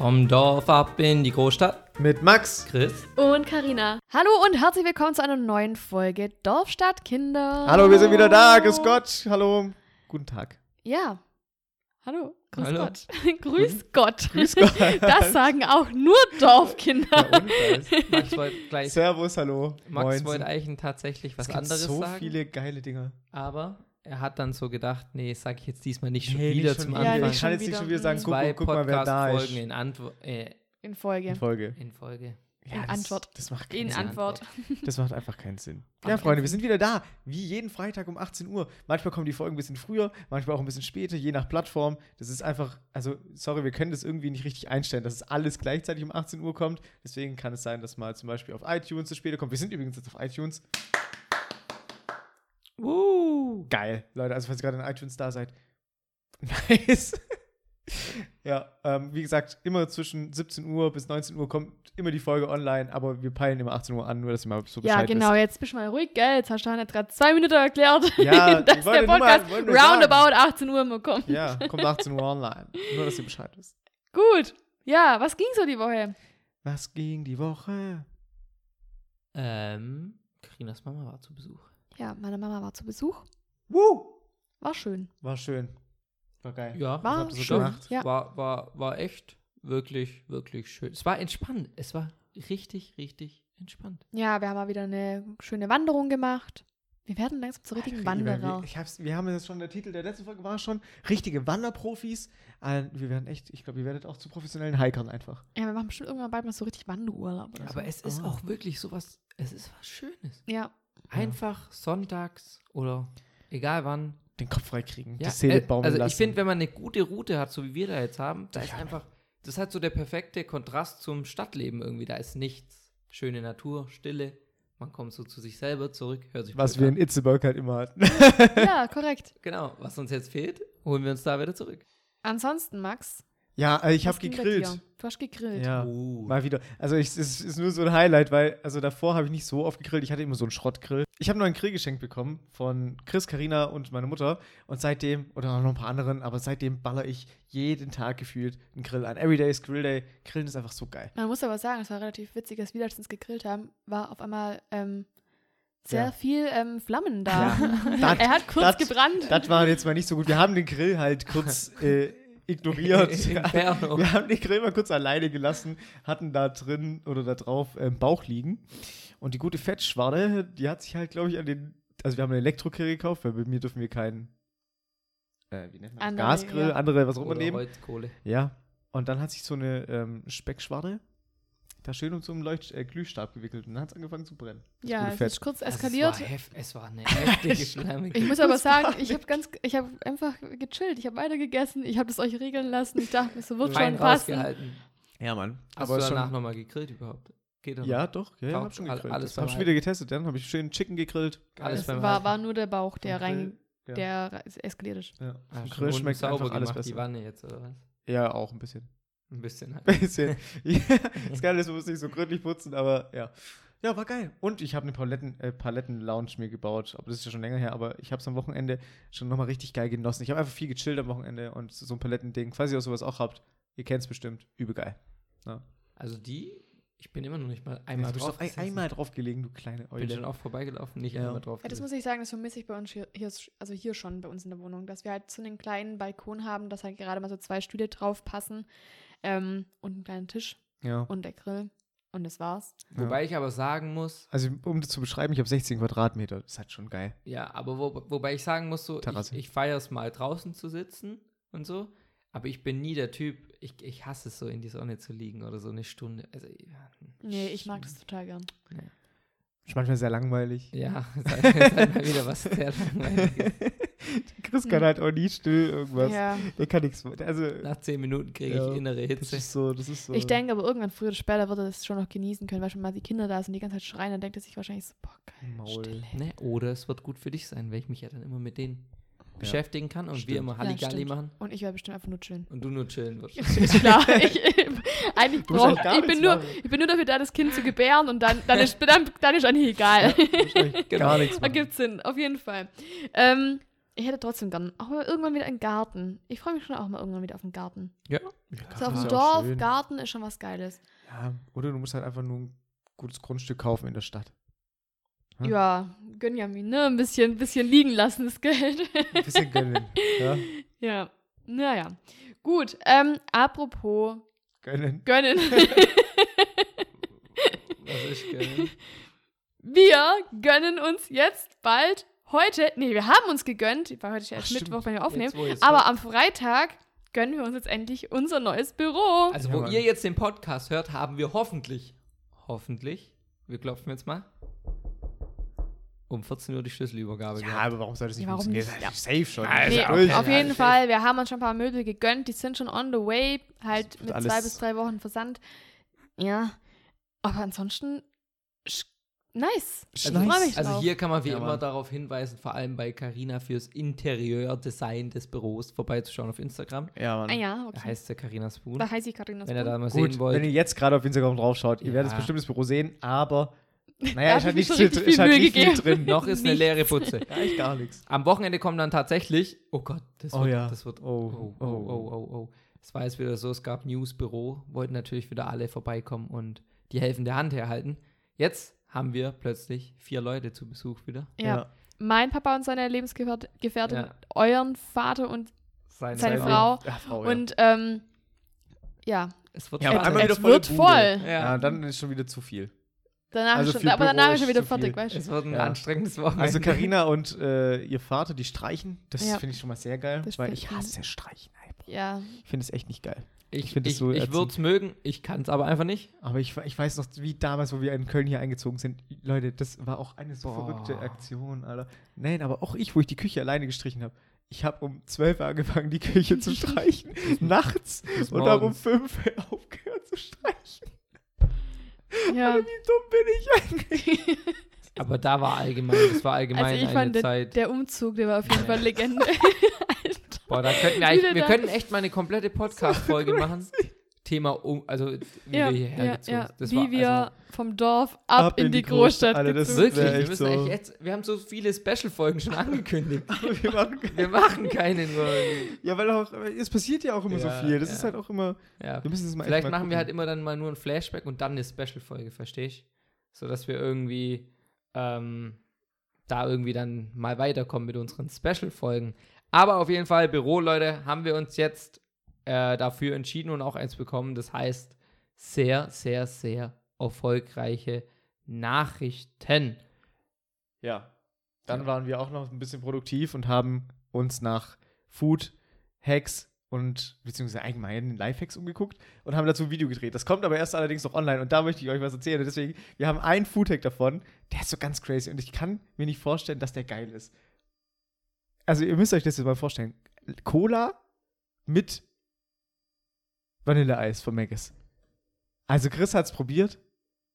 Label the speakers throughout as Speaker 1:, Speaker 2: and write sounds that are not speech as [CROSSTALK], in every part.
Speaker 1: Vom Dorf ab in die Großstadt.
Speaker 2: Mit Max.
Speaker 1: Chris.
Speaker 3: Und Karina.
Speaker 4: Hallo und herzlich willkommen zu einer neuen Folge Dorfstadt Kinder.
Speaker 2: Hallo, wir sind wieder da. Grüß Gott. Hallo. Guten Tag.
Speaker 4: Ja. Hallo. Grüß
Speaker 1: Hallo.
Speaker 4: Gott. Grüß
Speaker 2: Mhm.
Speaker 4: Gott.
Speaker 2: Grüß Gott.
Speaker 4: [LAUGHS] Das sagen auch nur Dorfkinder.
Speaker 2: Ja, und da ist
Speaker 4: [LAUGHS]
Speaker 1: Max wollte gleich.
Speaker 2: Servus, hallo.
Speaker 1: Max
Speaker 2: Moinsen.
Speaker 1: wollte eigentlich tatsächlich was
Speaker 2: es gibt
Speaker 1: anderes
Speaker 2: so
Speaker 1: sagen.
Speaker 2: viele geile Dinge.
Speaker 1: Aber er hat dann so gedacht, nee, das sag ich jetzt diesmal nicht schon
Speaker 2: Nee,
Speaker 1: wieder
Speaker 2: nicht schon
Speaker 1: zum
Speaker 2: wieder.
Speaker 1: Anfang.
Speaker 2: ich kann jetzt nicht schon wieder sagen, guck,
Speaker 1: Zwei
Speaker 2: mal, guck mal, wer da ist.
Speaker 1: Podcast-Folgen in, Antwo- äh,
Speaker 4: In Folge.
Speaker 2: In Folge.
Speaker 1: in Folge.
Speaker 4: In
Speaker 2: das,
Speaker 4: Antwort.
Speaker 2: Das macht, keinen
Speaker 4: In
Speaker 2: Sinn.
Speaker 4: Antwort.
Speaker 2: das macht einfach keinen Sinn.
Speaker 4: keinen
Speaker 2: Ja, Freunde, wir sind wieder da. Wie jeden Freitag um 18 Uhr. Manchmal kommen die Folgen ein bisschen früher, manchmal auch ein bisschen später, je nach Plattform. Das ist einfach, also, sorry, wir können das irgendwie nicht richtig einstellen, dass es alles gleichzeitig um 18 Uhr kommt. Deswegen kann es sein, dass mal zum Beispiel auf iTunes zu später kommt. Wir sind übrigens jetzt auf iTunes.
Speaker 1: Uh.
Speaker 2: Geil, Leute. Also, falls ihr gerade in iTunes da seid, [LAUGHS] nice. ja, ähm, wie gesagt, immer zwischen 17 Uhr bis 19 Uhr kommt immer die Folge online, aber wir peilen immer 18 Uhr an, nur dass ihr mal so Bescheid
Speaker 4: Ja, genau. Jetzt bist du mal ruhig, gell? Jetzt hast du nicht gerade zwei Minuten erklärt,
Speaker 2: wisst. Ja,
Speaker 4: [LAUGHS] dass
Speaker 2: ich
Speaker 4: der
Speaker 2: wollte nur mal-
Speaker 4: Podcast
Speaker 2: wollte nur sagen.
Speaker 4: roundabout 18 Uhr immer kommt.
Speaker 2: Ja, kommt 18 Uhr online. Nur, dass ihr Bescheid wisst.
Speaker 4: Gut. Ja, was ging so die Woche?
Speaker 2: Was ging die Woche?
Speaker 1: Ähm, Karinas Mama war zu Besuch.
Speaker 4: Ja, meine Mama war zu Besuch.
Speaker 2: Woo!
Speaker 4: War schön.
Speaker 2: War schön. War geil.
Speaker 1: Ja,
Speaker 4: War
Speaker 2: habt ihr so
Speaker 4: schön.
Speaker 2: gemacht?
Speaker 4: Ja.
Speaker 1: War, war, war echt wirklich, wirklich schön. Es war entspannt. Es war richtig, richtig entspannt.
Speaker 4: ja, wir haben mal wieder eine schöne Wanderung gemacht. Wir werden langsam zu richtigen Wanderer.
Speaker 2: Wir, ich hab's, wir haben jetzt schon, der Titel der letzten Folge war schon richtige Wanderprofis. Äh, wir werden echt, ich glaube, ihr werdet auch zu professionellen Hikern einfach.
Speaker 4: Ja, wir machen bestimmt irgendwann bald mal so richtig Wanderurlaub oder so.
Speaker 1: Aber es ist
Speaker 2: Ah.
Speaker 1: auch wirklich sowas, es ist was Schönes.
Speaker 4: Ja,
Speaker 1: Einfach sonntags oder egal wann.
Speaker 2: Den Kopf freikriegen,
Speaker 1: Ja,
Speaker 2: die Seele
Speaker 1: äh,
Speaker 2: baumeln
Speaker 1: also
Speaker 2: lassen.
Speaker 1: ich finde, wenn man eine gute Route hat, so wie wir da jetzt haben, da ist
Speaker 2: Ja.
Speaker 1: einfach, das hat so der perfekte Kontrast zum Stadtleben irgendwie. Da ist nichts, schöne Natur, Stille, man kommt so zu sich selber zurück, hört sich
Speaker 2: was
Speaker 1: blöd
Speaker 2: wir
Speaker 1: an.
Speaker 2: in Itzeburg halt immer hatten.
Speaker 4: ja, korrekt.
Speaker 1: Genau, was uns jetzt fehlt, holen wir uns da wieder
Speaker 2: [LAUGHS]
Speaker 1: zurück.
Speaker 4: Ansonsten, Max.
Speaker 2: ja, äh, ich
Speaker 4: was
Speaker 2: habe
Speaker 4: ging bei
Speaker 2: gegrillt.
Speaker 4: dir? Du hast gegrillt.
Speaker 2: Ja.
Speaker 1: Uh.
Speaker 2: Mal wieder. Also ich, es ist, ist nur so ein Highlight, weil also davor habe ich nicht so oft gegrillt. Ich hatte immer so einen Schrottgrill. Ich habe noch einen Grill geschenkt bekommen von Chris, Karina und meiner Mutter. Und seitdem, oder auch noch ein paar anderen, aber seitdem baller ich jeden Tag gefühlt einen Grill an. Everyday ist Grill Day. Grillen ist einfach so
Speaker 4: [LAUGHS]
Speaker 2: geil.
Speaker 4: Man muss aber sagen, es war relativ witzig, dass wir letztens gegrillt haben, war auf einmal ähm, sehr
Speaker 2: Ja.
Speaker 4: viel ähm, Flammen da. [LAUGHS]
Speaker 2: Dat-
Speaker 4: er hat kurz
Speaker 2: dat-
Speaker 4: gebrannt.
Speaker 2: Das war jetzt mal nicht so gut. Wir haben den Grill halt [LAUGHS] kurz äh,
Speaker 1: [LAUGHS]
Speaker 2: ignoriert. [LAUGHS]
Speaker 1: Inferno.
Speaker 2: Wir haben den Grill mal kurz alleine gelassen, hatten da drin oder da drauf ähm, Bauch liegen. Und die gute Fettschwarte, die hat sich halt, glaube ich, an den. Also, wir haben einen Elektrogrill gekauft, weil bei mir dürfen wir keinen. Äh, wie nennt man das?
Speaker 4: Andere,
Speaker 2: Gasgrill,
Speaker 4: ja.
Speaker 2: andere, was auch immer
Speaker 1: Oder
Speaker 2: nehmen.
Speaker 1: Holzkohle. Also
Speaker 2: Ja. Und dann hat sich so eine ähm, Speckschwarte da schön um so einen Leucht äh, Glühstab gewickelt und dann hat es angefangen zu brennen.
Speaker 4: ja,
Speaker 2: gute
Speaker 4: es
Speaker 2: Fett.
Speaker 4: ist kurz
Speaker 1: Also
Speaker 4: eskaliert.
Speaker 1: Es war, hef es war eine heftige Schleimig.
Speaker 4: [LAUGHS] Ich muss aber sagen, ich habe ganz, ich habe einfach gechillt. Ich habe weiter gegessen. Ich habe das euch regeln lassen. Ich dachte mir, so wird
Speaker 1: Fein
Speaker 4: schon passen.
Speaker 1: rausgehalten.
Speaker 2: Ja, Mann.
Speaker 1: Hast
Speaker 2: Aber
Speaker 1: du
Speaker 2: schon,
Speaker 1: danach nochmal gegrillt überhaupt? Geht doch
Speaker 2: Ja,
Speaker 1: noch.
Speaker 2: doch. Ja, ja,
Speaker 1: Taucht
Speaker 2: hab schon
Speaker 1: all-
Speaker 2: gegrillt.
Speaker 1: alles
Speaker 2: hab
Speaker 1: dabei.
Speaker 2: schon wieder getestet. Dann habe ich schön Chicken gegrillt.
Speaker 1: Alles
Speaker 4: Es
Speaker 1: beim
Speaker 4: war,
Speaker 1: Halten.
Speaker 4: war nur der Bauch, der rein,
Speaker 2: Grill, ja.
Speaker 4: der re- eskaliert ist.
Speaker 2: Ja.
Speaker 1: Ah,
Speaker 2: Vom
Speaker 1: schon
Speaker 2: Grill
Speaker 1: unten
Speaker 2: schmeckt
Speaker 1: sauber
Speaker 2: einfach alles
Speaker 1: gemacht,
Speaker 2: besser.
Speaker 1: Die Wanne jetzt, oder was?
Speaker 2: Ja, auch ein bisschen.
Speaker 1: Ein bisschen
Speaker 2: [LAUGHS]
Speaker 1: halt.
Speaker 2: bisschen. ja, das Geile ist, man muss nicht so gründlich putzen, aber ja. Ja, war geil. Und ich habe eine Paletten, äh, Paletten-Lounge mir gebaut. Aber das ist ja schon länger her, aber ich habe es am Wochenende schon nochmal richtig geil genossen. Ich habe einfach viel gechillt am Wochenende und so ein Palettending. Falls ihr auch sowas auch habt, ihr kennt es bestimmt. Übel geil.
Speaker 1: Also die, ich bin immer noch nicht mal
Speaker 2: Einmal,
Speaker 1: einmal
Speaker 2: du bist
Speaker 1: drauf.
Speaker 2: auf ein,
Speaker 1: gesessen.
Speaker 2: einmal draufgelegen, du kleine
Speaker 1: bin schon
Speaker 2: Eule.
Speaker 1: auch vorbeigelaufen, nicht
Speaker 2: Ja.
Speaker 1: einmal drauf.
Speaker 4: Ja, das muss ich sagen, das vermisse ich bei uns hier, hier, sch- also hier schon bei uns in der Wohnung, dass wir halt so einen kleinen Balkon haben, dass halt gerade mal so zwei Stühle drauf passen ähm, und einen kleinen Tisch
Speaker 2: Ja.
Speaker 4: und der Grill und das war's.
Speaker 1: gesessen. Wobei ich aber sagen muss,
Speaker 2: Also, um das zu beschreiben, ich habe 16 Quadratmeter. Das ist halt schon geil.
Speaker 1: ja, aber wo, wobei ich sagen muss, so, ich,
Speaker 2: Terrasse.
Speaker 1: ich feiere es mal draußen zu sitzen und so, aber ich bin nie der Typ, ich, ich hasse es so, in die Sonne zu liegen oder so eine Stunde. Also, ja, [LAUGHS]
Speaker 4: Nee, ich mag das total gern.
Speaker 2: Ist manchmal
Speaker 1: [LAUGHS]
Speaker 2: sehr langweilig.
Speaker 1: ja, sag, sag mal wieder was sehr langweiliges.
Speaker 2: Chris kann halt auch nie still irgendwas.
Speaker 4: Ja.
Speaker 2: Der kann nichts. Also,
Speaker 1: Nach zehn Minuten kriege ich
Speaker 2: Ja.
Speaker 1: innere
Speaker 2: Das
Speaker 1: Hitze.
Speaker 2: ist so, das ist so.
Speaker 4: Ich denke aber irgendwann früher oder später wird er das schon noch genießen können, weil schon mal die Kinder da sind und die ganze Zeit schreien, dann denkt er sich wahrscheinlich so, boah, geil,
Speaker 2: Maul.
Speaker 4: Stille.
Speaker 1: Ne? Oder es wird gut für dich sein, weil ich mich ja dann immer mit denen beschäftigen kann und wir
Speaker 2: Stimmt.
Speaker 1: immer
Speaker 4: Ja,
Speaker 1: Halligalli
Speaker 4: stimmt.
Speaker 1: machen
Speaker 4: Und ich werde bestimmt einfach nur chillen.
Speaker 1: und du nur chillen wirst.
Speaker 4: Ist [LAUGHS] klar, ich, eigentlich
Speaker 2: Du musst
Speaker 4: brauch,
Speaker 2: eigentlich gar
Speaker 4: ich, bin
Speaker 2: nichts
Speaker 4: nur,
Speaker 2: machen.
Speaker 4: ich bin nur dafür da, das Kind zu gebären und dann, dann, ist, dann, dann ist eigentlich egal.
Speaker 2: [LAUGHS] Wahrscheinlich
Speaker 1: Genau.
Speaker 2: Gar nichts. machen.
Speaker 4: Ergibt Sinn, auf jeden Fall. Ähm, Ich hätte trotzdem gern auch mal irgendwann wieder einen Garten. Ich freue mich schon auch mal irgendwann wieder auf einen Garten.
Speaker 1: Ja.
Speaker 4: so
Speaker 2: Garten
Speaker 4: auf
Speaker 2: ist
Speaker 4: dem
Speaker 2: ja auch
Speaker 4: Dorf,
Speaker 2: schön.
Speaker 4: Garten ist schon was Geiles.
Speaker 2: Ja, oder du musst halt einfach nur ein gutes Grundstück kaufen in der Stadt. Hm.
Speaker 4: Ja, Gönjamin, ne? Ein bisschen, bisschen liegen lassen, das Geld. [LAUGHS]
Speaker 2: Ein bisschen gönnen. [LAUGHS] ja,
Speaker 4: ja. Naja. Gut, ähm, apropos
Speaker 2: gönnen.
Speaker 4: gönnen. [LAUGHS]
Speaker 1: Was ist gell?
Speaker 4: Wir gönnen uns jetzt bald heute, nee, wir haben uns gegönnt, weil heute ist ja
Speaker 2: Ach,
Speaker 4: erst
Speaker 2: stimmt.
Speaker 4: Mittwoch, wenn wir [LAUGHS] aufnehmen,
Speaker 1: Jetzt, wo ihr's
Speaker 4: aber
Speaker 1: hört.
Speaker 4: am Freitag gönnen wir uns jetzt endlich unser neues Büro.
Speaker 1: Also,
Speaker 2: Ja,
Speaker 1: wo
Speaker 2: Mann.
Speaker 1: ihr jetzt den Podcast hört, haben wir hoffentlich, hoffentlich, wir klopfen jetzt mal, um 14 Uhr die Schlüsselübergabe
Speaker 2: Ja,
Speaker 1: gehabt.
Speaker 2: aber warum sollte es nicht
Speaker 4: Ja, warum
Speaker 2: funktionieren?
Speaker 4: nicht?
Speaker 2: Das ist Safe schon.
Speaker 1: Also
Speaker 4: nee,
Speaker 2: Das ist durch.
Speaker 4: auf jeden
Speaker 1: Ja,
Speaker 4: Fall, wir haben uns schon ein paar Möbel gegönnt, die sind schon on the way, halt
Speaker 2: wird
Speaker 4: mit
Speaker 2: alles-
Speaker 4: zwei bis drei Wochen Versand. Ja, aber ansonsten sch- nice.
Speaker 2: Sch-
Speaker 4: ich freu
Speaker 2: nice.
Speaker 4: mich
Speaker 1: Also
Speaker 4: drauf.
Speaker 1: hier kann man wie
Speaker 2: Ja,
Speaker 1: immer
Speaker 2: Mann.
Speaker 1: darauf hinweisen, vor allem bei Carina fürs Interieurdesign des Büros vorbeizuschauen auf Instagram.
Speaker 2: Ja, Mann.
Speaker 4: ah ja, okay.
Speaker 1: Da heißt sie Carina Spoon.
Speaker 4: da heißt sie Katrin
Speaker 1: Wenn ihr da mal
Speaker 2: Gut,
Speaker 1: sehen wollt.
Speaker 2: wenn ihr jetzt gerade auf Instagram draufschaut, ihr werdet
Speaker 1: Ja.
Speaker 2: bestimmt das Büro sehen, aber [LAUGHS]
Speaker 4: Da
Speaker 2: naja,
Speaker 4: hab
Speaker 2: ist halt
Speaker 4: ich
Speaker 2: nicht viel,
Speaker 4: mir schon
Speaker 2: drin-
Speaker 4: richtig
Speaker 2: ist halt
Speaker 4: viel
Speaker 2: nicht
Speaker 4: Mühe
Speaker 2: viel drin.
Speaker 4: gegeben.
Speaker 1: Noch
Speaker 2: [LAUGHS]
Speaker 1: ist eine
Speaker 4: Nichts.
Speaker 1: leere Putze.
Speaker 2: Ja, ich gar nichts.
Speaker 1: Am Wochenende kommt dann tatsächlich, oh Gott, das
Speaker 2: Oh
Speaker 1: wird,
Speaker 2: ja.
Speaker 1: das wird,
Speaker 2: Oh,
Speaker 1: oh, oh, oh,
Speaker 2: oh.
Speaker 1: oh, oh. Es war jetzt wieder so, es gab Newsbüro, wollten natürlich wieder alle vorbeikommen und die helfende Hand herhalten. Jetzt haben wir plötzlich vier Leute zu Besuch wieder.
Speaker 4: Ja. Mein Papa und seine Lebensgefährtin,
Speaker 1: Ja.
Speaker 4: euren Vater und
Speaker 1: Seine,
Speaker 4: Seine
Speaker 2: Ja,
Speaker 4: Frau.
Speaker 2: Ja,
Speaker 1: Oh
Speaker 2: Frau ja.
Speaker 4: Und ähm, ja,
Speaker 1: Es wird
Speaker 2: ja,
Speaker 1: ja,
Speaker 2: auf einmal
Speaker 4: es
Speaker 2: wieder volle
Speaker 4: wird
Speaker 2: Bude.
Speaker 4: voll.
Speaker 1: ja.
Speaker 2: ja. dann ist schon wieder zu viel.
Speaker 4: Danach
Speaker 2: Also
Speaker 4: ist schon,
Speaker 2: für
Speaker 4: aber
Speaker 2: Büro
Speaker 4: danach ist
Speaker 2: ist
Speaker 4: schon wieder
Speaker 2: zu viel.
Speaker 4: fertig, weißt du?
Speaker 1: Es wird ein
Speaker 2: Ja.
Speaker 1: anstrengendes Wochenende. [LAUGHS]
Speaker 2: Also Karina und äh, ihr Vater, die streichen, das
Speaker 4: Ja.
Speaker 2: finde ich schon mal sehr geil,
Speaker 4: Das
Speaker 2: weil
Speaker 4: find
Speaker 2: ich
Speaker 4: ich-
Speaker 2: hasse Streichen. ey.
Speaker 4: Ja,
Speaker 2: Ich finde es echt nicht geil.
Speaker 1: ich
Speaker 2: ich
Speaker 1: ich,
Speaker 2: find das
Speaker 1: ich,
Speaker 2: so
Speaker 1: würde es mögen, ich kann es aber einfach nicht.
Speaker 2: Aber ich, ich weiß noch, wie damals, wo wir in Köln hier eingezogen sind. Leute, das war auch eine so
Speaker 1: Boah.
Speaker 2: verrückte Aktion, Alter. Nein, aber auch ich, wo ich die Küche alleine gestrichen habe. Ich habe um 12 Uhr angefangen, die Küche
Speaker 1: [LAUGHS]
Speaker 2: zu streichen. nachts.
Speaker 1: bis
Speaker 2: Und habe um
Speaker 1: morgens.
Speaker 2: 5 Uhr aufgehört zu streichen.
Speaker 4: ja.
Speaker 2: Alter, wie dumm bin
Speaker 1: [LAUGHS]
Speaker 2: ich eigentlich?
Speaker 1: Aber da war allgemein, das war allgemein
Speaker 4: Also ich
Speaker 1: eine
Speaker 4: fand, der,
Speaker 1: Zeit.
Speaker 4: der Umzug, der war auf jeden
Speaker 1: Ja.
Speaker 4: Fall Legende.
Speaker 1: Boah, da könnten wir, eigentlich,
Speaker 4: Wieder
Speaker 1: wir
Speaker 4: da.
Speaker 1: könnten echt mal eine komplette Podcast-Folge machen. Thema, um, also wie
Speaker 4: ja,
Speaker 1: wir hierher
Speaker 4: ja,
Speaker 1: gezogen
Speaker 4: ja.
Speaker 1: sind. Das
Speaker 4: Wie
Speaker 1: war,
Speaker 4: wir
Speaker 1: also,
Speaker 4: vom Dorf ab, in die Großstadt,
Speaker 2: Alter, das
Speaker 4: gezogen
Speaker 2: wär
Speaker 1: Wirklich, wir,
Speaker 2: echt
Speaker 1: müssen
Speaker 2: so.
Speaker 1: eigentlich jetzt, wir haben so viele Special-Folgen schon angekündigt.
Speaker 2: Aber wir machen,
Speaker 1: Wir machen keine nur.
Speaker 2: ja, weil auch, es passiert ja auch immer
Speaker 1: Ja,
Speaker 2: so viel. Das
Speaker 1: ja.
Speaker 2: ist halt auch immer.
Speaker 1: Ja.
Speaker 2: Wir müssen das mal echt
Speaker 1: Vielleicht
Speaker 2: mal
Speaker 1: machen wir halt
Speaker 2: gucken.
Speaker 1: immer dann mal nur ein Flashback und dann eine Special-Folge, verstehe ich? Sodass wir irgendwie ähm, da irgendwie dann mal weiterkommen mit unseren Special-Folgen. Aber auf jeden Fall, Büro, Leute, haben wir uns jetzt äh, dafür entschieden und auch eins bekommen. Das heißt, sehr, sehr, sehr erfolgreiche Nachrichten.
Speaker 2: Ja. Dann waren wir auch noch ein bisschen produktiv und haben uns nach Food, Hacks und beziehungsweise allgemeinen Lifehacks umgeguckt und haben dazu ein Video gedreht. Das kommt aber erst allerdings noch online und da möchte ich euch was erzählen. Und Deswegen, wir haben einen Foodhack davon, der ist so ganz crazy und ich kann mir nicht vorstellen, dass der geil ist. Also ihr müsst euch das jetzt mal vorstellen. Cola mit Vanilleeis von Maggis. Also Chris hat's probiert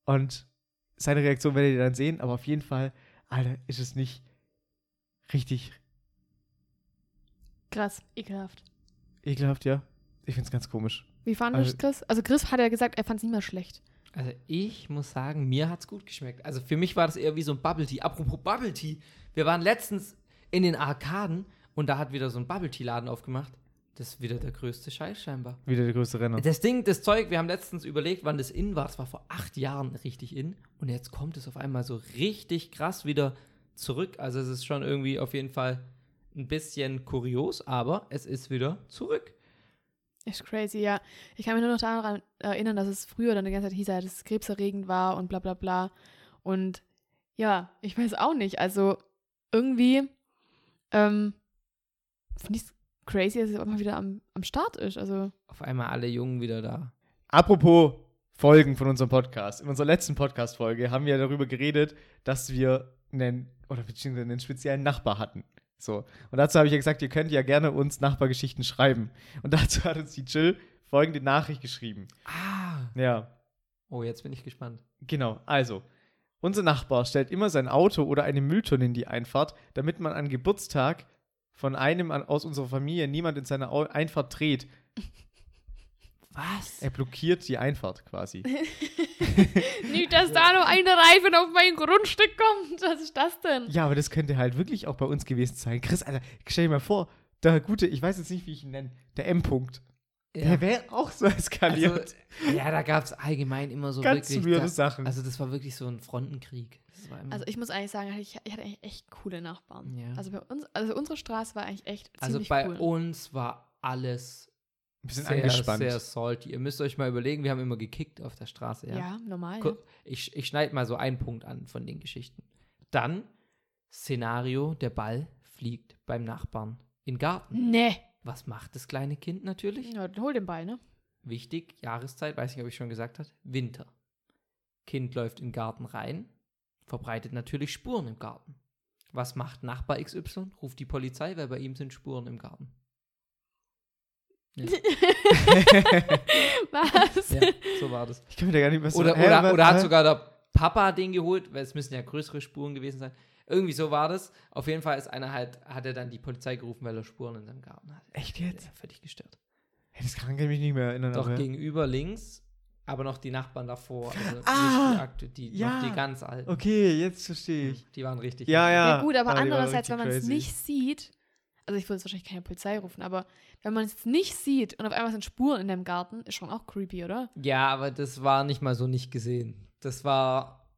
Speaker 2: und seine Reaktion werdet ihr dann sehen, aber auf jeden Fall, Alter, ist es nicht richtig
Speaker 4: Krass, ekelhaft.
Speaker 2: ekelhaft, ja? Ich find's ganz komisch.
Speaker 4: Wie fand
Speaker 2: Also-
Speaker 4: das Chris? Also Chris hat ja gesagt, er fand es nicht mehr schlecht.
Speaker 1: Also ich muss sagen, mir hat's gut geschmeckt. Also für mich war das eher wie so ein Bubble Tea. Apropos Bubble Tea, wir waren letztens in den Arkaden und da hat wieder so ein Bubble Tea Laden aufgemacht. Das ist wieder der größte Scheiß scheinbar.
Speaker 2: Wieder der größte Renner.
Speaker 1: Äh, Das Ding, das Zeug, wir haben letztens überlegt, wann das in war. Das war vor acht Jahren richtig in und jetzt kommt es auf einmal so richtig krass wieder zurück. Also es ist schon irgendwie auf jeden Fall ein bisschen kurios, aber es ist wieder zurück.
Speaker 4: Ist crazy, ja. Ich kann mich nur noch daran äh, erinnern, dass es früher dann die ganze Zeit hieß, ja, dass es krebserregend war und bla bla bla. Und ja, ich weiß auch nicht. Also irgendwie ähm, finde ich es crazy, dass es auch mal wieder am, am Start ist. Also
Speaker 1: Auf einmal alle Jungen wieder da.
Speaker 2: Apropos Folgen von unserem Podcast. In unserer letzten Podcast-Folge haben wir darüber geredet, dass wir einen, oder beziehungsweise einen speziellen Nachbar hatten. So. Und dazu habe ich ja gesagt, ihr könnt ja gerne uns Nachbargeschichten schreiben. Und [LAUGHS] dazu hat uns die Jill folgende Nachricht geschrieben.
Speaker 1: Ah.
Speaker 2: Ja.
Speaker 1: Oh, jetzt bin ich gespannt.
Speaker 2: Genau, also. Unser Nachbar stellt immer sein Auto oder eine Mülltonne in die Einfahrt, damit man an Geburtstag von einem an, aus unserer Familie niemand in seiner Au Einfahrt dreht.
Speaker 1: Was?
Speaker 2: Er blockiert die Einfahrt
Speaker 1: [LAUGHS]
Speaker 2: quasi.
Speaker 4: Nicht, dass da noch eine Reifen auf mein Grundstück kommt. Was ist das denn?
Speaker 2: ja, aber das könnte halt wirklich auch bei uns gewesen sein. Chris, Alter, stell dir mal vor, der gute, ich weiß jetzt nicht, wie ich ihn nenne, der M-Punkt, der wäre auch so eskaliert.
Speaker 1: also, ja, da gab es allgemein immer so
Speaker 2: Ganz
Speaker 1: wirklich.
Speaker 2: weirde
Speaker 1: Da,
Speaker 2: Sachen.
Speaker 1: also das war wirklich so ein Frontenkrieg. Das war immer,
Speaker 4: Also ich muss eigentlich sagen, ich, ich hatte eigentlich echt coole Nachbarn.
Speaker 1: Hm. Ja.
Speaker 4: Also bei uns, also unsere Straße war eigentlich echt
Speaker 1: also
Speaker 4: ziemlich
Speaker 1: bei
Speaker 4: cool.
Speaker 1: uns war alles
Speaker 2: ein bisschen
Speaker 1: sehr,
Speaker 2: angespannt. [LAUGHS]
Speaker 1: sehr salty. Ihr müsst euch mal überlegen, wir haben immer gekickt auf der Straße.
Speaker 4: ja.
Speaker 1: Ja.
Speaker 4: normal.
Speaker 1: Ku- Ich, ich schneide mal so einen Punkt an von den Geschichten. Dann Szenario, der Ball fliegt beim Nachbarn in den Garten.
Speaker 4: Nee.
Speaker 1: Was macht das kleine Kind natürlich?
Speaker 4: Ja, dann hol den Ball, ne?
Speaker 1: Wichtig, Jahreszeit, weiß nicht, ob ich schon gesagt habe, Winter. Kind läuft in den Garten rein, verbreitet natürlich Spuren im Garten. Was macht Nachbar XY? Ruft die Polizei, weil bei ihm sind Spuren im Garten. Ja. [LAUGHS]
Speaker 4: Was?
Speaker 1: Ja, so war
Speaker 2: [LAUGHS]
Speaker 1: das.
Speaker 2: Ich kann mir da gar nicht mehr so äh,
Speaker 1: Oder,
Speaker 2: Also, Hä,
Speaker 1: oder,
Speaker 2: was-
Speaker 1: oder hat
Speaker 2: hä?
Speaker 1: sogar der Papa den geholt, weil es müssen ja größere Spuren gewesen sein. Irgendwie so war das. Auf jeden Fall ist einer halt, hat er dann die Polizei gerufen, weil er Spuren in seinem Garten hatte.
Speaker 2: Echt jetzt?
Speaker 1: Ja, völlig gestört.
Speaker 2: Hey, Das kann ich mich nicht mehr erinnern.
Speaker 1: Doch
Speaker 2: aber-
Speaker 1: gegenüber links, aber noch die Nachbarn davor. Also
Speaker 2: Ah,
Speaker 1: nicht die, aktu- die,
Speaker 2: ja.
Speaker 1: noch die ganz alten.
Speaker 2: okay, jetzt verstehe ich.
Speaker 1: Die waren richtig.
Speaker 2: Hm. Ja,
Speaker 1: heftig.
Speaker 2: ja.
Speaker 4: Ja, gut, aber
Speaker 2: die war
Speaker 4: andererseits, wenn
Speaker 2: richtig
Speaker 4: man es
Speaker 2: crazy.
Speaker 4: nicht sieht, also ich würde jetzt wahrscheinlich keine Polizei rufen, aber wenn man es nicht sieht und auf einmal sind Spuren in deinem Garten, ist schon auch creepy, oder?
Speaker 1: Ja, aber das war nicht mal so nicht gesehen. Das war,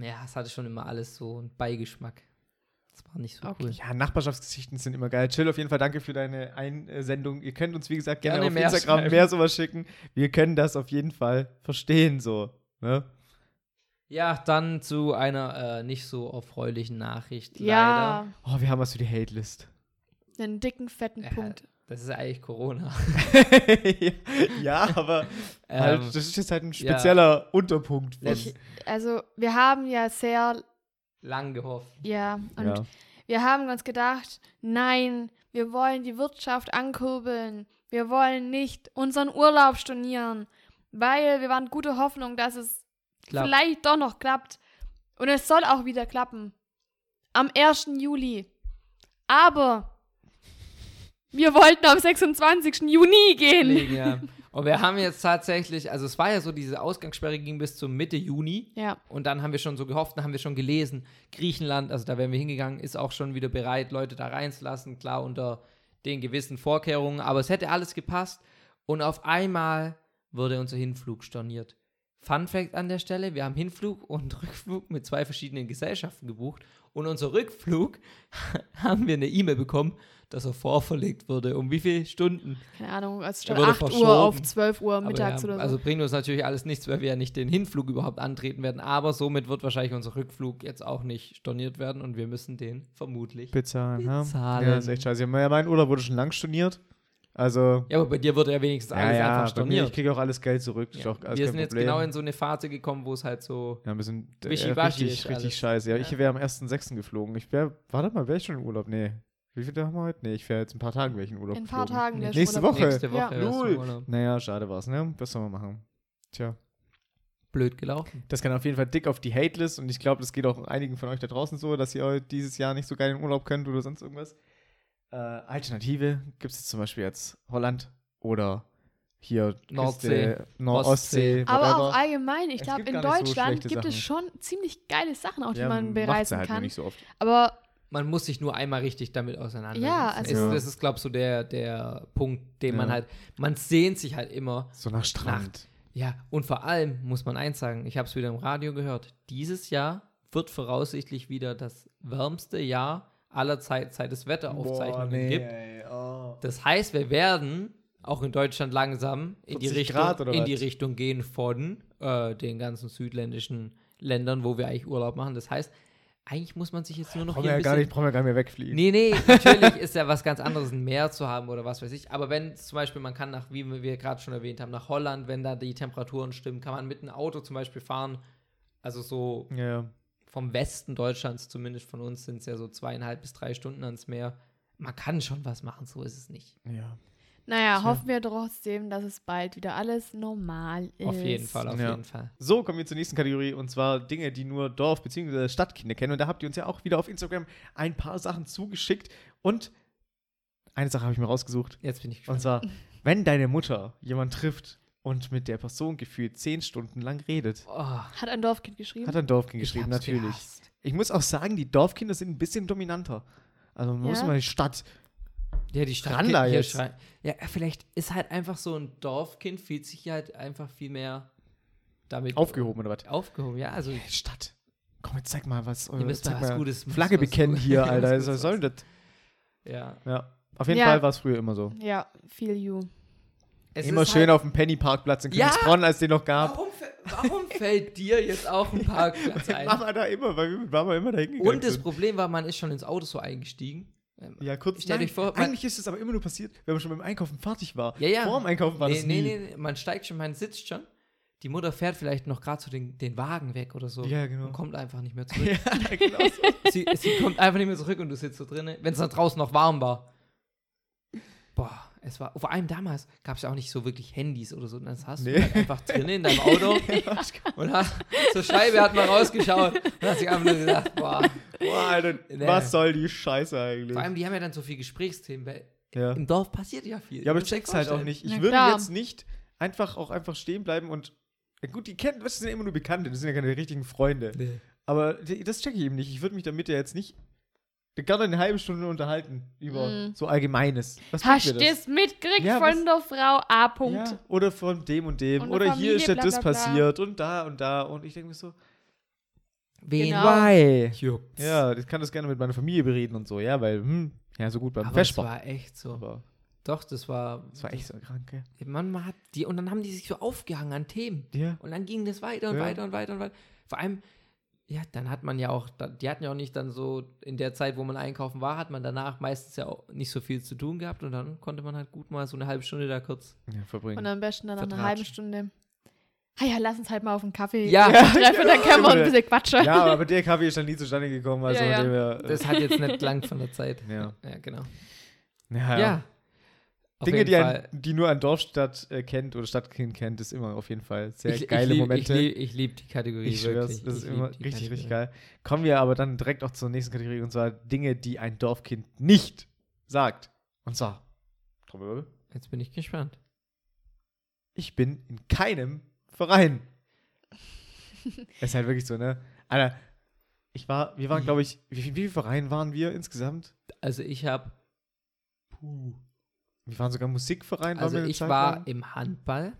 Speaker 1: ja, es hatte schon immer alles so einen Beigeschmack. Das war nicht so
Speaker 4: Okay.
Speaker 1: cool.
Speaker 2: Ja, Nachbarschaftsgeschichten sind immer geil. Chill, auf jeden Fall danke für deine Einsendung. Ihr könnt uns, wie gesagt, gerne,
Speaker 1: Gerne
Speaker 2: auf
Speaker 1: mehr
Speaker 2: Instagram
Speaker 1: schreiben.
Speaker 2: mehr sowas schicken. Wir können das auf jeden Fall verstehen, so. Ne?
Speaker 1: Ja, dann zu einer äh, nicht so erfreulichen Nachricht. Leider.
Speaker 4: Ja,
Speaker 2: Oh, wir haben was für die Hate-List. [LAUGHS]
Speaker 4: einen dicken, fetten
Speaker 1: Ja,
Speaker 4: Punkt.
Speaker 1: Das ist eigentlich
Speaker 2: [LAUGHS]
Speaker 1: Corona.
Speaker 2: ja, aber
Speaker 1: Ähm,
Speaker 2: halt, das ist jetzt halt ein
Speaker 1: ja.
Speaker 2: spezieller Unterpunkt. Von,
Speaker 1: Ich-
Speaker 4: Also wir haben ja sehr,
Speaker 1: Lang gehofft.
Speaker 4: ja, und
Speaker 2: ja.
Speaker 4: wir haben uns gedacht, nein, wir wollen die Wirtschaft ankurbeln, wir wollen nicht unseren Urlaub stornieren, weil wir waren gute Hoffnung, dass es
Speaker 1: Klappt.
Speaker 4: vielleicht doch noch klappt. Und es soll auch wieder klappen. Am 1. Juli. Aber wir wollten am 26. Juni gehen.
Speaker 1: Legen, ja. Und wir haben jetzt tatsächlich, also es war ja so, diese Ausgangssperre ging bis zur Mitte Juni.
Speaker 4: Ja,
Speaker 1: Und dann haben wir schon so gehofft, dann haben wir schon gelesen, Griechenland, also da wären wir hingegangen, ist auch schon wieder bereit, Leute da reinzulassen, klar unter den gewissen Vorkehrungen, aber es hätte alles gepasst. Und auf einmal wurde unser Hinflug storniert. Fun Fact an der Stelle, wir haben Hinflug und [LAUGHS] Rückflug mit zwei verschiedenen Gesellschaften gebucht und unser Rückflug [LAUGHS] haben wir eine E-Mail bekommen, dass er vorverlegt wurde. Um wie viele Stunden?
Speaker 4: keine Ahnung, also
Speaker 1: Er
Speaker 4: statt
Speaker 1: wurde
Speaker 4: 8
Speaker 1: verschoben.
Speaker 4: Uhr auf 12 Uhr
Speaker 1: Aber
Speaker 4: mittags
Speaker 1: ja,
Speaker 4: oder so.
Speaker 1: Also bringt uns natürlich alles nichts, weil wir ja nicht den Hinflug überhaupt antreten werden. Aber somit wird wahrscheinlich unser Rückflug jetzt auch nicht storniert werden und wir müssen den vermutlich.
Speaker 2: Bezahlen,
Speaker 1: Bezahlen.
Speaker 2: ne? ja. Ja, ist echt scheiße. Ja, mein Urlaub wurde schon lang storniert. Also,
Speaker 1: Ja, aber bei dir wird ja wenigstens
Speaker 2: ja,
Speaker 1: alles
Speaker 2: ja,
Speaker 1: einfach
Speaker 2: bei mir, ich
Speaker 1: storniert.
Speaker 2: kriege auch alles Geld zurück. Ist
Speaker 1: Ja.
Speaker 2: doch alles
Speaker 1: wir
Speaker 2: kein
Speaker 1: sind jetzt
Speaker 2: Problem.
Speaker 1: genau in so eine Phase gekommen, wo es halt so.
Speaker 2: Ja, wir sind äh,
Speaker 1: Wischiwaschi
Speaker 2: richtig,
Speaker 1: ist
Speaker 2: richtig
Speaker 1: alles.
Speaker 2: scheiße. Ja,
Speaker 1: Ja.
Speaker 2: ich wäre am 1.6. geflogen. Ich wäre, warte mal, wäre ich schon in Urlaub? Nee. Wie viel Tage haben wir heute? Nee, ich wäre jetzt in ein paar Tagen welchen Urlaub
Speaker 4: in ein paar
Speaker 2: geflogen.
Speaker 4: Tagen wär's
Speaker 2: Nächste
Speaker 4: Urlaub.
Speaker 2: Woche.
Speaker 1: Nächste Woche.
Speaker 4: Ja.
Speaker 1: wärst du
Speaker 2: Null.
Speaker 1: ohne-
Speaker 2: Naja, schade war's, ne? Was soll man machen? Tja.
Speaker 1: Blöd gelaufen.
Speaker 2: Das kann auf jeden Fall dick auf die Hate-List und ich glaube, das geht auch einigen von euch da draußen so, dass ihr eu- dieses Jahr nicht so geil in Urlaub könnt oder sonst irgendwas. Äh, Alternative gibt es jetzt zum Beispiel jetzt Holland oder hier
Speaker 1: Nordsee,
Speaker 2: Küste, Nord Ostsee,
Speaker 4: aber
Speaker 2: whatever.
Speaker 4: auch allgemein, ich
Speaker 2: Es
Speaker 4: glaube,
Speaker 2: gibt gar
Speaker 4: in
Speaker 2: nicht so
Speaker 4: Deutschland
Speaker 2: schlechte
Speaker 4: gibt es schon ziemlich geile Sachen, auch die man bereisen
Speaker 2: halt nur
Speaker 4: kann.
Speaker 2: nicht so oft.
Speaker 4: Aber
Speaker 1: Man muss sich nur einmal richtig damit auseinandersetzen.
Speaker 4: Ja, also-
Speaker 1: ist,
Speaker 2: Ja.
Speaker 1: Das ist, glaube ich, so der, der Punkt, den man
Speaker 2: Ja.
Speaker 1: halt. Man sehnt sich halt immer
Speaker 2: So nach Strand.
Speaker 1: Ja, und vor allem muss man eins sagen, ich habe es wieder im Radio gehört, dieses Jahr wird voraussichtlich wieder das wärmste Jahr aller Zeit, seit es Wetteraufzeichnungen gibt.
Speaker 2: Ey, oh.
Speaker 1: Das heißt, wir werden auch in Deutschland langsam in die
Speaker 2: 40
Speaker 1: Richtung,
Speaker 2: Grad oder
Speaker 1: in
Speaker 2: was?
Speaker 1: die Richtung gehen von äh, den ganzen südländischen Ländern, wo wir eigentlich Urlaub machen. Das heißt, eigentlich muss man sich jetzt nur noch
Speaker 2: Brauchen
Speaker 1: hier
Speaker 2: wir, ja
Speaker 1: ein
Speaker 2: gar
Speaker 1: bisschen
Speaker 2: nicht, brauchen wir gar nicht mehr wegfliegen.
Speaker 1: Nee, nee,
Speaker 2: [LAUGHS]
Speaker 1: natürlich ist ja was ganz anderes, ein Meer zu haben oder was weiß ich. Aber wenn zum Beispiel, man kann nach, wie wir gerade schon erwähnt haben, nach Holland, wenn da die Temperaturen stimmen, kann man mit einem Auto zum Beispiel fahren. Also so
Speaker 2: Ja, Ja.
Speaker 1: vom Westen Deutschlands, zumindest von uns, sind es ja so zweieinhalb bis drei Stunden ans Meer. Man kann schon was machen, so ist es nicht.
Speaker 2: ja.
Speaker 4: Naja,
Speaker 2: Tja.
Speaker 4: hoffen wir trotzdem, dass es bald wieder alles normal ist.
Speaker 1: Auf jeden Fall, auf
Speaker 2: Ja.
Speaker 1: jeden Fall.
Speaker 2: So, kommen wir zur nächsten Kategorie und zwar Dinge, die nur Dorf- bzw. Stadtkinder kennen. Und da habt ihr uns ja auch wieder auf Instagram ein paar Sachen zugeschickt. Und eine Sache habe ich mir rausgesucht.
Speaker 1: Jetzt bin ich
Speaker 2: Und
Speaker 1: [LAUGHS] gespannt.
Speaker 2: zwar, wenn deine Mutter jemand trifft, und mit der Person gefühlt zehn Stunden lang redet.
Speaker 1: Oh,
Speaker 4: Hat ein Dorfkind geschrieben?
Speaker 2: Hat ein Dorfkind
Speaker 1: ich
Speaker 2: geschrieben,
Speaker 1: hab's
Speaker 2: natürlich.
Speaker 1: gehasst.
Speaker 2: Ich muss auch sagen, die Dorfkinder sind ein bisschen dominanter. Also man muss
Speaker 4: Ja.
Speaker 2: mal die Stadt.
Speaker 1: Ja, die Stadt
Speaker 2: Ran da
Speaker 1: hier
Speaker 2: jetzt.
Speaker 1: schreien. Ja, vielleicht ist halt einfach so ein Dorfkind, fühlt sich halt einfach viel mehr damit
Speaker 2: Aufgehoben oder was?
Speaker 1: Aufgehoben, ja. Also
Speaker 2: Hey, Stadt. Komm, jetzt Äh, zeig mal was. Ihr
Speaker 1: müsst mal was Gutes- müsst
Speaker 2: Flagge
Speaker 1: was
Speaker 2: bekennen
Speaker 1: [LAUGHS] Gutes-
Speaker 2: hier,
Speaker 1: was
Speaker 2: Alter.
Speaker 1: Gutes
Speaker 2: Was soll denn das?
Speaker 1: Ja.
Speaker 2: Ja. Auf jeden
Speaker 4: Ja.
Speaker 2: Fall war es früher immer so.
Speaker 4: Ja, feel you.
Speaker 1: Es
Speaker 2: immer
Speaker 1: ist
Speaker 2: schön
Speaker 1: halt,
Speaker 2: auf dem Pennyparkplatz in
Speaker 1: Ja.
Speaker 2: Königsbronn, als den noch gab.
Speaker 1: Warum, fä- warum [LAUGHS] fällt dir jetzt auch ein Parkplatz ein?
Speaker 2: [LAUGHS] Mama da immer, weil wir mit Mama immer da hingegangen
Speaker 1: Und das
Speaker 2: sind.
Speaker 1: Problem war, man ist schon ins Auto so eingestiegen. Ähm,
Speaker 2: Ja, kurz.
Speaker 1: Stellt
Speaker 2: nein,
Speaker 1: euch vor, man-
Speaker 2: eigentlich ist es aber immer nur passiert, wenn man schon beim Einkaufen fertig war.
Speaker 1: Ja, ja.
Speaker 2: Vor dem Einkaufen war
Speaker 1: nee,
Speaker 2: das nie.
Speaker 1: nee, nee, nee, man steigt schon, man sitzt schon. Die Mutter fährt vielleicht noch gerade so den, den Wagen weg oder so.
Speaker 2: Ja, genau.
Speaker 1: Und kommt einfach nicht mehr zurück.
Speaker 2: [LAUGHS] ja, genau so.
Speaker 1: sie, sie kommt einfach nicht mehr zurück und du sitzt so drinnen, wenn es da draußen noch warm war. Boah, es war, vor allem damals gab es ja auch nicht so wirklich Handys oder so. Und dann saß
Speaker 2: Nee.
Speaker 1: du halt einfach drinnen in deinem
Speaker 2: [LAUGHS]
Speaker 1: Auto und hast zur Scheibe hat man rausgeschaut und hat sich einfach nur gedacht, boah.
Speaker 2: Boah, Alter,
Speaker 1: [LAUGHS] Nee.
Speaker 2: was soll die Scheiße eigentlich?
Speaker 1: Vor allem, die haben ja dann so viel Gesprächsthemen, weil
Speaker 2: ja.
Speaker 1: im Dorf passiert ja viel.
Speaker 2: ja, aber
Speaker 1: Du musst
Speaker 2: ich
Speaker 1: dir
Speaker 2: check's halt auch
Speaker 1: vorstellen.
Speaker 2: nicht.
Speaker 4: Na
Speaker 2: Ich würde
Speaker 4: klar.
Speaker 2: jetzt nicht einfach auch einfach stehen bleiben und. Ja, gut, die kennen, das sind ja immer nur Bekannte, das sind ja keine richtigen Freunde.
Speaker 1: Nee.
Speaker 2: Aber d- das checke ich eben nicht. Ich würde mich damit ja jetzt nicht gerne eine halbe Stunde unterhalten über
Speaker 4: Mm.
Speaker 2: so Allgemeines. Was bringt
Speaker 4: Hast
Speaker 2: mir
Speaker 4: du
Speaker 2: das?
Speaker 4: es mitgekriegt
Speaker 2: Ja,
Speaker 4: von der Frau A. Punkt.
Speaker 2: Ja, oder von dem und dem.
Speaker 4: Und eine
Speaker 2: oder hier ist ja
Speaker 4: Familie, bla,
Speaker 2: das
Speaker 4: bla, bla.
Speaker 2: passiert und da und da. Und ich denke mir so,
Speaker 1: Wen
Speaker 4: Genau.
Speaker 2: why?
Speaker 1: juckt's?
Speaker 2: Ja, ich kann das gerne mit meiner Familie bereden und so, ja, weil, hm, ja, so gut beim
Speaker 1: aber das
Speaker 2: Vespa.
Speaker 1: war echt so.
Speaker 2: Aber
Speaker 1: Doch, das war.
Speaker 2: das war echt so krank, gell?
Speaker 1: Man man hat die und dann haben die sich so aufgehangen an Themen.
Speaker 2: Ja.
Speaker 1: Und dann ging das weiter und
Speaker 2: Ja.
Speaker 1: weiter und weiter und weiter. Vor allem, ja, dann hat man ja auch, da- die hatten ja auch nicht dann so, in der Zeit, wo man einkaufen war, hat man danach meistens ja auch nicht so viel zu tun gehabt und dann konnte man halt gut mal so eine halbe Stunde da kurz.
Speaker 2: Ja, verbringen.
Speaker 4: Und am besten dann nach einer
Speaker 1: Vertratschen.
Speaker 4: halben Stunde. Ah ja, lass uns halt mal auf einen Kaffee
Speaker 1: Ja.
Speaker 4: treffen, dann können wir ein bisschen quatschen.
Speaker 2: ja, aber mit der Kaffee ist dann nie zustande gekommen, also
Speaker 4: Ja, ja.
Speaker 2: Von dem her, äh,
Speaker 1: Das hat jetzt nicht lang von der Zeit.
Speaker 2: Ja.
Speaker 1: ja genau.
Speaker 2: ja, ja.
Speaker 1: Ja. Auf
Speaker 2: Dinge,
Speaker 1: jeden
Speaker 2: die,
Speaker 1: Fall.
Speaker 2: ein, die nur ein Dorfstadt äh, kennt oder Stadtkind kennt, ist immer auf jeden Fall sehr
Speaker 1: ich,
Speaker 2: geile
Speaker 1: ich lieb,
Speaker 2: Momente.
Speaker 1: Ich liebe ich lieb die Kategorie
Speaker 2: Ich schwör's,
Speaker 1: wirklich.
Speaker 2: das
Speaker 1: ich
Speaker 2: ist
Speaker 1: lieb
Speaker 2: immer
Speaker 1: die
Speaker 2: richtig, richtig
Speaker 1: Kategorie.
Speaker 2: geil. Kommen wir aber dann direkt auch zur nächsten Kategorie und zwar Dinge, die ein Dorfkind nicht sagt. Und zwar, Trommelwirbel,
Speaker 1: Jetzt bin ich gespannt.
Speaker 2: ich bin in keinem
Speaker 1: [LAUGHS]
Speaker 2: Verein. ist halt wirklich so, ne? Alter, ich war, wir waren, glaube ich, wie, viel- wie viele Vereine waren wir insgesamt?
Speaker 1: Also ich habe,
Speaker 2: Puh. Wir waren sogar Musikverein. waren
Speaker 1: also
Speaker 2: wir eine
Speaker 1: ich
Speaker 2: Zeit lang.
Speaker 1: war im Handball,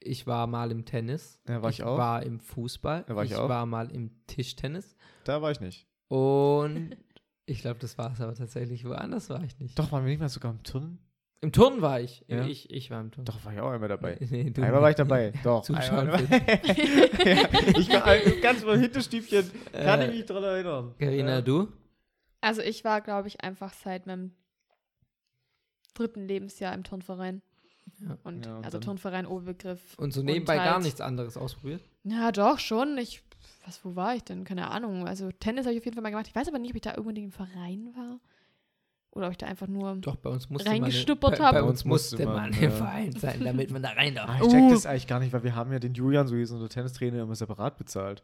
Speaker 1: ich war mal im Tennis,
Speaker 2: Ja, war ich auch.
Speaker 1: war im Fußball,
Speaker 2: Ja, war ich auch.
Speaker 1: war mal im Tischtennis
Speaker 2: Da war ich nicht. [LAUGHS]
Speaker 1: und ich glaube, das war es aber tatsächlich. Woanders war ich nicht.
Speaker 2: Doch, waren wir nicht mal sogar im Turnen?
Speaker 1: Im Turnen war ich.
Speaker 2: Ja.
Speaker 1: Ich, ich war im Turnen.
Speaker 2: Doch, war ich auch einmal dabei.
Speaker 1: [LAUGHS] Nee, du
Speaker 2: Einmal war ich
Speaker 1: nicht.
Speaker 2: dabei, doch.
Speaker 1: Zuschauen
Speaker 2: Einmal dabei. ja, [LAUGHS] ich war ein- ganz mal Hinterstübchen, kann
Speaker 1: Äh,
Speaker 2: ich mich dran erinnern.
Speaker 1: Carina,
Speaker 2: ja.
Speaker 1: du?
Speaker 4: Also ich war, glaube ich, einfach seit meinem dritten Lebensjahr im Turnverein.
Speaker 1: Ja.
Speaker 4: Und,
Speaker 2: Ja, und
Speaker 4: also
Speaker 2: dann-
Speaker 4: Turnverein Oberbegriff.
Speaker 1: Und so
Speaker 4: Und
Speaker 1: nebenbei gar
Speaker 4: halt-
Speaker 1: nichts anderes ausprobiert?
Speaker 4: Ja, doch, schon. Ich, was, wo war ich denn? Keine Ahnung. Also Tennis habe ich auf jeden Fall mal gemacht. Ich weiß aber nicht, ob ich da unbedingt im Verein war. Oder ob ich da einfach nur.
Speaker 1: Doch, bei uns musste man,
Speaker 4: Reingeschnuppert
Speaker 1: bei,
Speaker 4: hab.
Speaker 1: bei uns musste man
Speaker 2: ja.
Speaker 1: im Verein sein, damit man da rein darf.
Speaker 2: Ah, ich check
Speaker 4: Uh.
Speaker 2: das eigentlich gar nicht, weil wir haben ja den Julian, so ist unser Tennistrainer, immer separat bezahlt.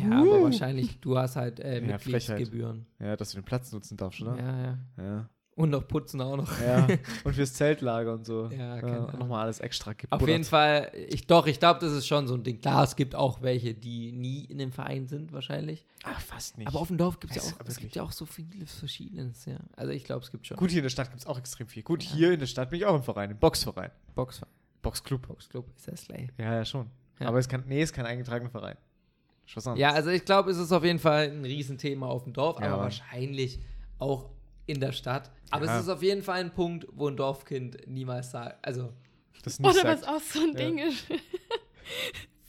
Speaker 1: Ja, aber wahrscheinlich, du hast halt äh,
Speaker 2: Ja, Frechheit.
Speaker 1: Mitgliedsgebühren.
Speaker 2: Ja, dass du den Platz nutzen darfst,
Speaker 1: Ja,
Speaker 2: oder?
Speaker 1: ja.
Speaker 2: Ja.
Speaker 1: Und noch putzen auch noch. [LAUGHS]
Speaker 2: ja. Und fürs Zeltlager und so.
Speaker 1: Ja, keine
Speaker 2: ja
Speaker 1: Ahnung.
Speaker 2: Nochmal alles extra gebuddert.
Speaker 1: Auf jeden Fall, ich doch, ich glaube, das ist schon so ein Ding. Klar, es gibt auch welche, die nie in dem Verein sind, wahrscheinlich.
Speaker 2: Ach, Ah, fast nicht.
Speaker 1: Aber auf dem Dorf gibt es
Speaker 2: Es-
Speaker 1: ja auch, es
Speaker 2: wirklich.
Speaker 1: gibt ja auch so viele Verschiedenes, ja. Also ich glaube, es gibt schon.
Speaker 2: Gut, hier in der Stadt gibt es auch extrem viel. Gut,
Speaker 1: Ja.
Speaker 2: hier in der Stadt bin ich auch im Verein, im Boxverein.
Speaker 1: Boxer,
Speaker 2: Boxclub.
Speaker 1: Boxclub ist das Slay.
Speaker 2: Ja, ja, schon.
Speaker 1: Ja.
Speaker 2: Aber es kann, nee, es ist kein eingetragener Verein. Ist was anderes.
Speaker 1: Ja, also ich glaube, es ist auf jeden Fall ein Riesenthema auf dem Dorf,
Speaker 2: Ja.
Speaker 1: aber wahrscheinlich auch in der Stadt. Aber
Speaker 2: Ja.
Speaker 1: es ist auf jeden Fall ein Punkt, wo ein Dorfkind niemals sagt, also
Speaker 2: Das nicht
Speaker 4: Oder
Speaker 2: sagt.
Speaker 4: was auch so ein
Speaker 2: Ja.
Speaker 4: Ding ist. [LAUGHS]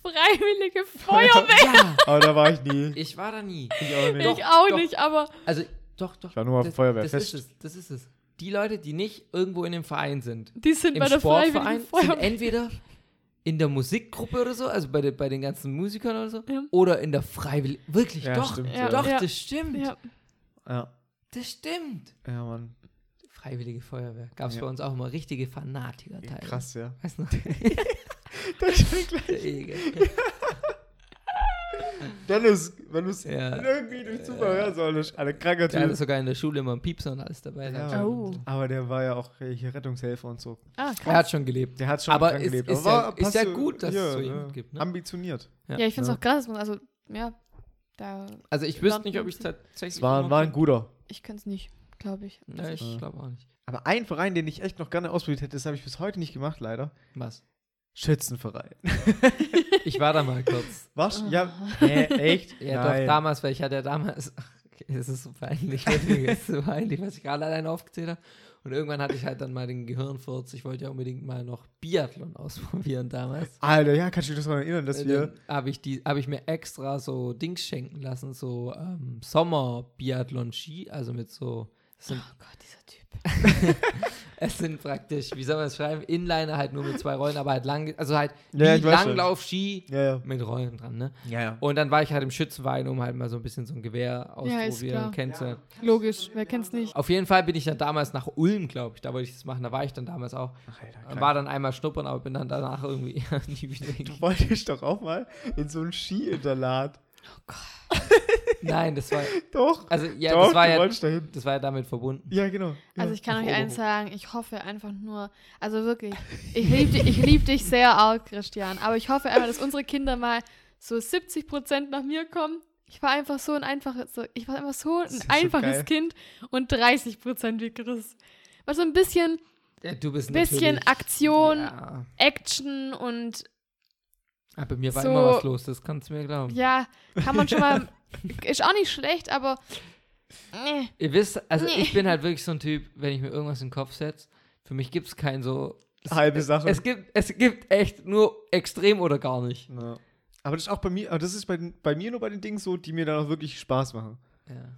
Speaker 4: Freiwillige Feuerwehr.
Speaker 1: ja,
Speaker 2: Aber Oh, da war ich nie.
Speaker 1: ich war da nie.
Speaker 2: Ich auch
Speaker 1: [LAUGHS]
Speaker 2: nicht.
Speaker 1: Doch,
Speaker 4: ich auch
Speaker 1: doch.
Speaker 4: nicht, aber
Speaker 1: Also, doch, doch. Ich
Speaker 2: war nur auf dem Feuerwehrfest.
Speaker 1: Das ist es, das ist es. Die Leute, die nicht irgendwo in dem Verein sind,
Speaker 4: die sind
Speaker 1: im
Speaker 4: bei der
Speaker 1: Sportverein,
Speaker 4: Freiwilligen
Speaker 1: sind
Speaker 4: Feuerwehr.
Speaker 1: entweder in der Musikgruppe oder so, also bei, de, bei den ganzen Musikern oder so,
Speaker 4: Ja.
Speaker 1: oder in der Freiwilligen. Wirklich,
Speaker 2: Ja,
Speaker 1: doch,
Speaker 2: stimmt,
Speaker 4: ja.
Speaker 1: doch,
Speaker 4: Ja.
Speaker 1: das stimmt.
Speaker 4: Ja.
Speaker 2: Ja,
Speaker 1: Das stimmt.
Speaker 2: ja, Mann.
Speaker 1: Freiwillige Feuerwehr. Gab es
Speaker 2: Ja.
Speaker 1: bei uns auch immer richtige Fanatiker teilweise.
Speaker 2: Krass, ja.
Speaker 1: Weißt
Speaker 2: [LAUGHS]
Speaker 1: du noch?
Speaker 2: Das ist gleich.
Speaker 1: Der Egel.
Speaker 2: Dennis, wenn du es
Speaker 1: Ja.
Speaker 2: irgendwie durch Zufall hören solltest. Alter, kranker
Speaker 1: Der hatte
Speaker 2: Typ.
Speaker 1: sogar in der Schule immer einen Piepser und alles dabei.
Speaker 2: Ja.
Speaker 1: Hat schon-
Speaker 4: Oh.
Speaker 2: Aber der war ja auch äh, hier Rettungshelfer und so.
Speaker 4: Ah,
Speaker 1: Er
Speaker 4: krass.
Speaker 1: hat schon gelebt.
Speaker 2: Der hat schon
Speaker 1: Aber
Speaker 2: dran
Speaker 1: ist-
Speaker 2: gelebt.
Speaker 1: ist ja- ist
Speaker 2: passt
Speaker 1: ja
Speaker 2: so-
Speaker 1: gut, dass es so
Speaker 2: ja.
Speaker 1: jemand gibt, ne?
Speaker 2: Ambitioniert.
Speaker 4: Ja,
Speaker 1: Ja.
Speaker 4: ich finde es
Speaker 2: Ja.
Speaker 4: auch krass, dass man, also, ja, da,
Speaker 1: Also ich wüsste nicht, ob ich tatsächlich.
Speaker 2: Es war,
Speaker 1: noch-
Speaker 2: war ein guter.
Speaker 4: ich könnte es nicht, glaube ich. Also
Speaker 1: Ja, ich
Speaker 2: Ja.
Speaker 1: glaube auch nicht.
Speaker 2: Aber ein Verein, den ich echt noch gerne ausprobiert hätte, das habe ich bis heute nicht gemacht, leider.
Speaker 1: Was?
Speaker 2: Schützenverein.
Speaker 1: Ich war da mal
Speaker 4: [LAUGHS]
Speaker 1: kurz.
Speaker 2: Was? Ja.
Speaker 4: Ah.
Speaker 2: Hä, echt?
Speaker 1: [LAUGHS] Ja,
Speaker 2: Nein.
Speaker 1: doch, damals, weil ich hatte ja damals. [LAUGHS] Ach, okay, Es ist so peinlich, wirklich, es ist so peinlich, was ich gerade allein aufgezählt habe. Und irgendwann hatte ich halt dann mal den Gehirnfurz. Ich wollte ja unbedingt mal noch Biathlon [LAUGHS] ausprobieren damals.
Speaker 2: Alter, ja, kannst du dich daran erinnern, dass
Speaker 1: Äh,
Speaker 2: wir.
Speaker 1: Dann habe ich, die- hab ich mir extra so Dings schenken lassen, so ähm, Sommer-Biathlon-Ski, also mit so. Es
Speaker 2: [LAUGHS]
Speaker 1: sind,
Speaker 4: Oh Gott, dieser Typ.
Speaker 1: [LAUGHS] es sind praktisch, wie soll man es schreiben, Inliner halt nur mit zwei Rollen, aber halt lang, also halt
Speaker 2: Ja,
Speaker 1: wie
Speaker 2: ich weiß schon.
Speaker 1: Langlauf-Ski
Speaker 2: Ja, ja.
Speaker 1: mit Rollen dran, ne?
Speaker 2: Ja, ja.
Speaker 1: Und dann war ich halt im Schützenverein, um halt mal so ein bisschen so ein Gewehr
Speaker 4: Ja, ist
Speaker 1: auszuprobieren
Speaker 4: klar.
Speaker 1: und kennenzulernen.
Speaker 4: Logisch, wer kennt's nicht?
Speaker 1: Auf jeden Fall bin ich dann damals nach Ulm, glaube ich. Da wollte ich das machen. Da war ich dann damals auch. War dann einmal schnuppern, aber bin dann danach irgendwie [LAUGHS] nie wieder
Speaker 2: [LAUGHS] Du
Speaker 1: hingegangen.
Speaker 2: wolltest doch auch mal in so einen Ski-Internat.
Speaker 1: Nein, das war.
Speaker 2: Doch.
Speaker 1: Also, ja,
Speaker 2: doch,
Speaker 1: das war
Speaker 2: du
Speaker 1: ja,
Speaker 2: wolltest dahin.
Speaker 1: das war ja damit verbunden.
Speaker 2: Ja, genau.
Speaker 4: Also
Speaker 2: ja.
Speaker 4: ich kann euch
Speaker 1: Oh.
Speaker 4: eins sagen, ich hoffe einfach nur, also wirklich, ich liebe dich, ich lieb dich sehr arg, Christian, aber ich hoffe einfach, dass unsere Kinder mal so 70 Prozent nach mir kommen. Ich war einfach so ein einfaches, so- ich war einfach so
Speaker 2: ist
Speaker 4: ein
Speaker 2: so
Speaker 4: einfaches
Speaker 2: geil.
Speaker 4: Kind und 30 Prozent wie Chris. War so ein bisschen,
Speaker 1: Ja, du bist
Speaker 4: bisschen
Speaker 1: natürlich-
Speaker 4: Aktion,
Speaker 1: Ja.
Speaker 4: Action und
Speaker 1: Aber bei mir war
Speaker 4: So-
Speaker 1: immer was los, das kannst du mir glauben.
Speaker 4: ja, kann man
Speaker 1: [LAUGHS]
Speaker 4: schon mal, ist auch nicht schlecht, aber äh, nee.
Speaker 1: Ihr wisst, also
Speaker 4: Nee.
Speaker 1: ich bin halt wirklich so ein Typ, wenn ich mir irgendwas in den Kopf setze, für mich gibt es kein so. Es,
Speaker 2: Halbe Sache.
Speaker 1: es, gibt, es gibt echt nur extrem oder gar nicht.
Speaker 2: Ja. Aber das ist auch bei mir, aber das ist bei, den- bei mir nur bei den Dingen so, die mir dann auch wirklich Spaß machen.
Speaker 1: Ja.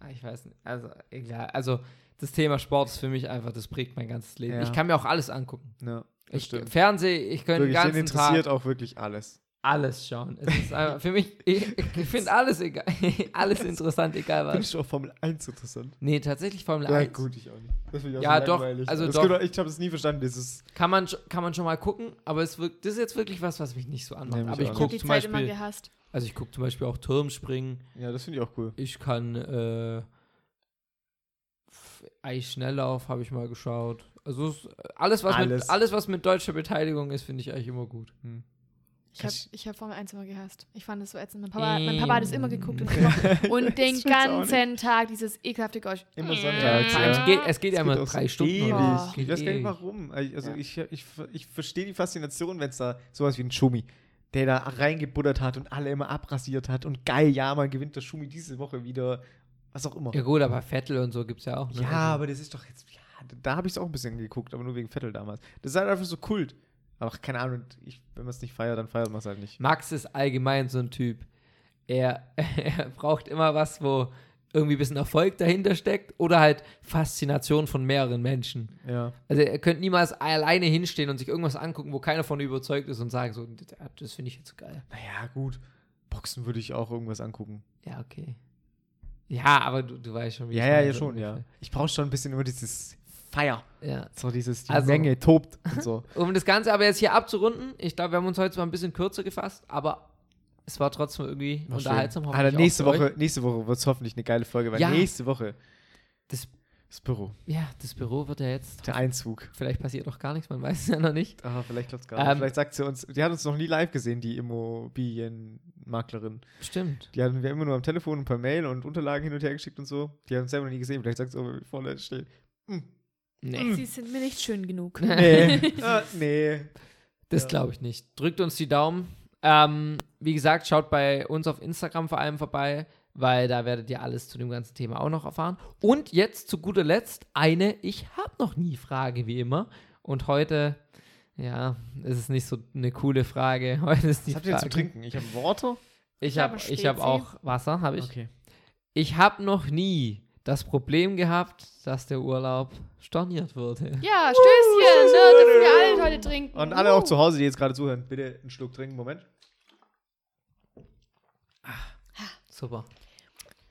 Speaker 1: Ah, Ich weiß nicht. Also, egal. Also, das Thema Sport ist für mich einfach, das prägt mein ganzes Leben.
Speaker 2: Ja.
Speaker 1: Ich kann mir auch alles angucken.
Speaker 2: Ja, das
Speaker 1: Ich,
Speaker 2: stimmt.
Speaker 1: Fernseh, ich könnte den
Speaker 2: Wirklich, den
Speaker 1: ganzen
Speaker 2: interessiert
Speaker 1: Tag
Speaker 2: auch wirklich alles.
Speaker 1: alles schauen. Es ist einfach, für mich, [LAUGHS] ich, ich finde alles egal. [LAUGHS] alles interessant, egal was.
Speaker 2: Findest du auch Formel 1 interessant?
Speaker 1: Nee, tatsächlich Formel
Speaker 2: Ja,
Speaker 1: 1.
Speaker 2: gut, ich auch nicht. Das finde ich auch
Speaker 1: Ja,
Speaker 2: so
Speaker 1: doch,
Speaker 2: langweilig.
Speaker 1: also
Speaker 2: das
Speaker 1: doch.
Speaker 2: gibt auch- Ich habe es nie verstanden, dieses.
Speaker 1: Kann, man, sch- kann man schon mal gucken, aber es wirkt, das ist jetzt wirklich was, was mich nicht so anmacht.
Speaker 2: Nee, mich
Speaker 1: aber ich
Speaker 2: auch
Speaker 4: Ich habe
Speaker 1: gucke
Speaker 4: die
Speaker 1: zum
Speaker 4: Zeit immer
Speaker 1: Beispiel,
Speaker 4: gehasst.
Speaker 1: also ich gucke zum Beispiel auch Turmspringen.
Speaker 2: Ja, das finde ich auch cool.
Speaker 1: Ich kann äh, F- Eisschnelllauf habe ich mal geschaut. Also es, alles, was
Speaker 2: Alles.
Speaker 1: Mit, alles, was mit deutscher Beteiligung ist, finde ich eigentlich immer gut.
Speaker 4: Ich habe
Speaker 2: Kannst-
Speaker 4: ich hab Formel 1 immer gehasst. Ich fand das so ätzend. Mein Papa, mein Papa hat es immer geguckt [LAUGHS] und
Speaker 1: Mm.
Speaker 4: immer. Und den
Speaker 2: find's auch
Speaker 4: ganzen Tag dieses ekelhafte Geräusch. Mm.
Speaker 2: Immer sonntags,
Speaker 1: Vor
Speaker 2: Ja.
Speaker 1: allem, es geht, es geht ja
Speaker 2: Es geht
Speaker 1: immer
Speaker 2: auch
Speaker 1: drei
Speaker 2: so
Speaker 1: Stunden.
Speaker 2: Ewig.
Speaker 1: oder
Speaker 4: Oh.
Speaker 1: so. Es
Speaker 2: Ich
Speaker 1: geht
Speaker 2: weiß gar nicht
Speaker 1: ewig.
Speaker 2: warum. Also
Speaker 1: Ja.
Speaker 2: ich, ich, ich verstehe die Faszination, wenn es da sowas wie ein Schumi, der da reingebuddert hat und alle immer abrasiert hat und geil, ja, man gewinnt das Schumi diese Woche wieder, was auch immer.
Speaker 1: Ja gut, aber Vettel und so gibt es ja auch. ne?
Speaker 2: Ja,
Speaker 1: Also-
Speaker 2: aber das ist doch jetzt, ja, da habe ich es auch ein bisschen geguckt, aber nur wegen Vettel damals. Das ist halt einfach so Kult. Aber keine Ahnung, ich, wenn man es nicht feiert, dann feiert man es halt nicht.
Speaker 1: Max ist allgemein so ein Typ. Er, [LAUGHS] er braucht immer was, wo irgendwie ein bisschen Erfolg dahinter steckt oder halt Faszination von mehreren Menschen.
Speaker 2: Ja.
Speaker 1: Also er könnte niemals alleine hinstehen und sich irgendwas angucken, wo keiner von überzeugt ist und sagen so, "Ja, das finde ich jetzt geil.
Speaker 2: Naja, gut. Boxen würde ich auch irgendwas angucken.
Speaker 1: Ja, okay. Ja, aber du, du weißt schon, wie
Speaker 2: Ja,
Speaker 1: ich
Speaker 2: ja,
Speaker 1: meine,
Speaker 2: ja,
Speaker 1: so
Speaker 2: schon, ja.
Speaker 1: ungefähr.
Speaker 2: Ich brauche schon ein bisschen immer dieses Feier.
Speaker 1: ja.
Speaker 2: So dieses, die
Speaker 1: Also-
Speaker 2: Menge tobt und so.
Speaker 1: Um das Ganze aber jetzt hier abzurunden, ich glaube, wir haben uns heute zwar ein bisschen kürzer gefasst, aber es war trotzdem irgendwie
Speaker 2: War schön.
Speaker 1: unterhaltsam.
Speaker 2: Alter,
Speaker 1: hoffentlich auch
Speaker 2: nächste
Speaker 1: für euch.
Speaker 2: Woche, nächste Woche wird es hoffentlich eine geile Folge, weil
Speaker 1: Ja.
Speaker 2: nächste Woche
Speaker 1: Das,
Speaker 2: das Büro,
Speaker 1: ja, das Büro wird ja jetzt.
Speaker 2: der Einzug.
Speaker 1: Vielleicht passiert noch gar nichts, man weiß es ja noch nicht.
Speaker 2: Ah, vielleicht klappt es gar nicht.
Speaker 1: Ähm.
Speaker 2: vielleicht sagt sie uns, die hat uns noch nie live gesehen, die Immobilienmaklerin.
Speaker 1: Stimmt.
Speaker 2: Die hatten wir immer nur am Telefon und per Mail und Unterlagen hin und her geschickt und so. Die haben es selber noch nie gesehen. Vielleicht sagt sie, auch, wenn wir vorne [LAUGHS] stehen.
Speaker 1: Nee,
Speaker 4: Mm. Sie sind mir nicht schön genug.
Speaker 2: Nee. ah, nee.
Speaker 1: das
Speaker 2: Ja.
Speaker 1: glaube ich nicht. Drückt uns die Daumen. Ähm, wie gesagt, schaut bei uns auf Instagram vor allem vorbei, weil da werdet ihr alles zu dem ganzen Thema auch noch erfahren. Und jetzt zu guter Letzt eine Ich hab noch nie Frage, wie immer. Und heute, ja, es ist nicht so eine coole Frage. [LAUGHS] Heute ist die
Speaker 2: Was habt ihr denn zu
Speaker 1: Frage-
Speaker 2: trinken? Ich habe Water.
Speaker 1: Ich
Speaker 4: Ja,
Speaker 1: habe
Speaker 4: aber
Speaker 1: ich hab
Speaker 4: Spezi.
Speaker 1: auch Wasser, habe ich.
Speaker 2: Okay.
Speaker 1: Ich habe noch nie das Problem gehabt, dass der Urlaub storniert wurde.
Speaker 4: Ja, Stößchen, ne, dürfen wir alle heute trinken.
Speaker 2: Und alle auch zu Hause, die jetzt gerade zuhören, bitte einen Schluck trinken. Moment.
Speaker 1: Super.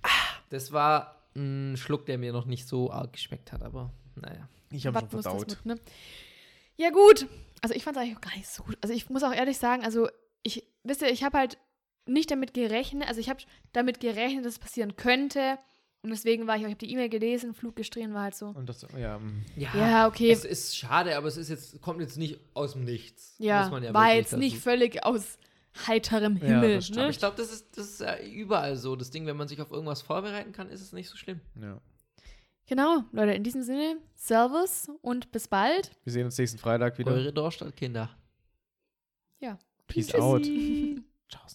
Speaker 1: Ah. Das war ein Schluck, der mir noch nicht so arg geschmeckt hat, aber naja.
Speaker 2: Ich
Speaker 4: Was muss das mit, ne? Ja, gut. Also ich fand es eigentlich auch gar nicht so gut. Also ich muss auch ehrlich sagen, also ich, wisst ihr, ich habe halt nicht damit gerechnet, also ich habe damit gerechnet, dass es passieren könnte. Und deswegen war ich, ich habe die E-Mail gelesen, Flug gestrichen war halt so.
Speaker 2: Und das, ja, mm.
Speaker 4: Ja, okay.
Speaker 1: Es ist schade, aber es ist jetzt, kommt jetzt nicht aus dem Nichts.
Speaker 4: ja,
Speaker 1: muss man ja
Speaker 4: war
Speaker 1: wirklich
Speaker 4: jetzt
Speaker 1: dazu-
Speaker 4: nicht völlig aus heiterem
Speaker 2: Ja,
Speaker 4: Himmel.
Speaker 2: das
Speaker 1: Aber
Speaker 4: ne?
Speaker 1: ich glaube, das ist, das ist ja überall so. Das Ding, wenn man sich auf irgendwas vorbereiten kann, ist es nicht so schlimm.
Speaker 2: ja.
Speaker 4: Genau, Leute, in diesem Sinne, Servus und bis bald.
Speaker 2: Wir sehen uns nächsten Freitag wieder.
Speaker 1: Eure Dorfstadtkinder.
Speaker 2: Peace
Speaker 4: Tschüssi. [LAUGHS]
Speaker 2: out. Ciao.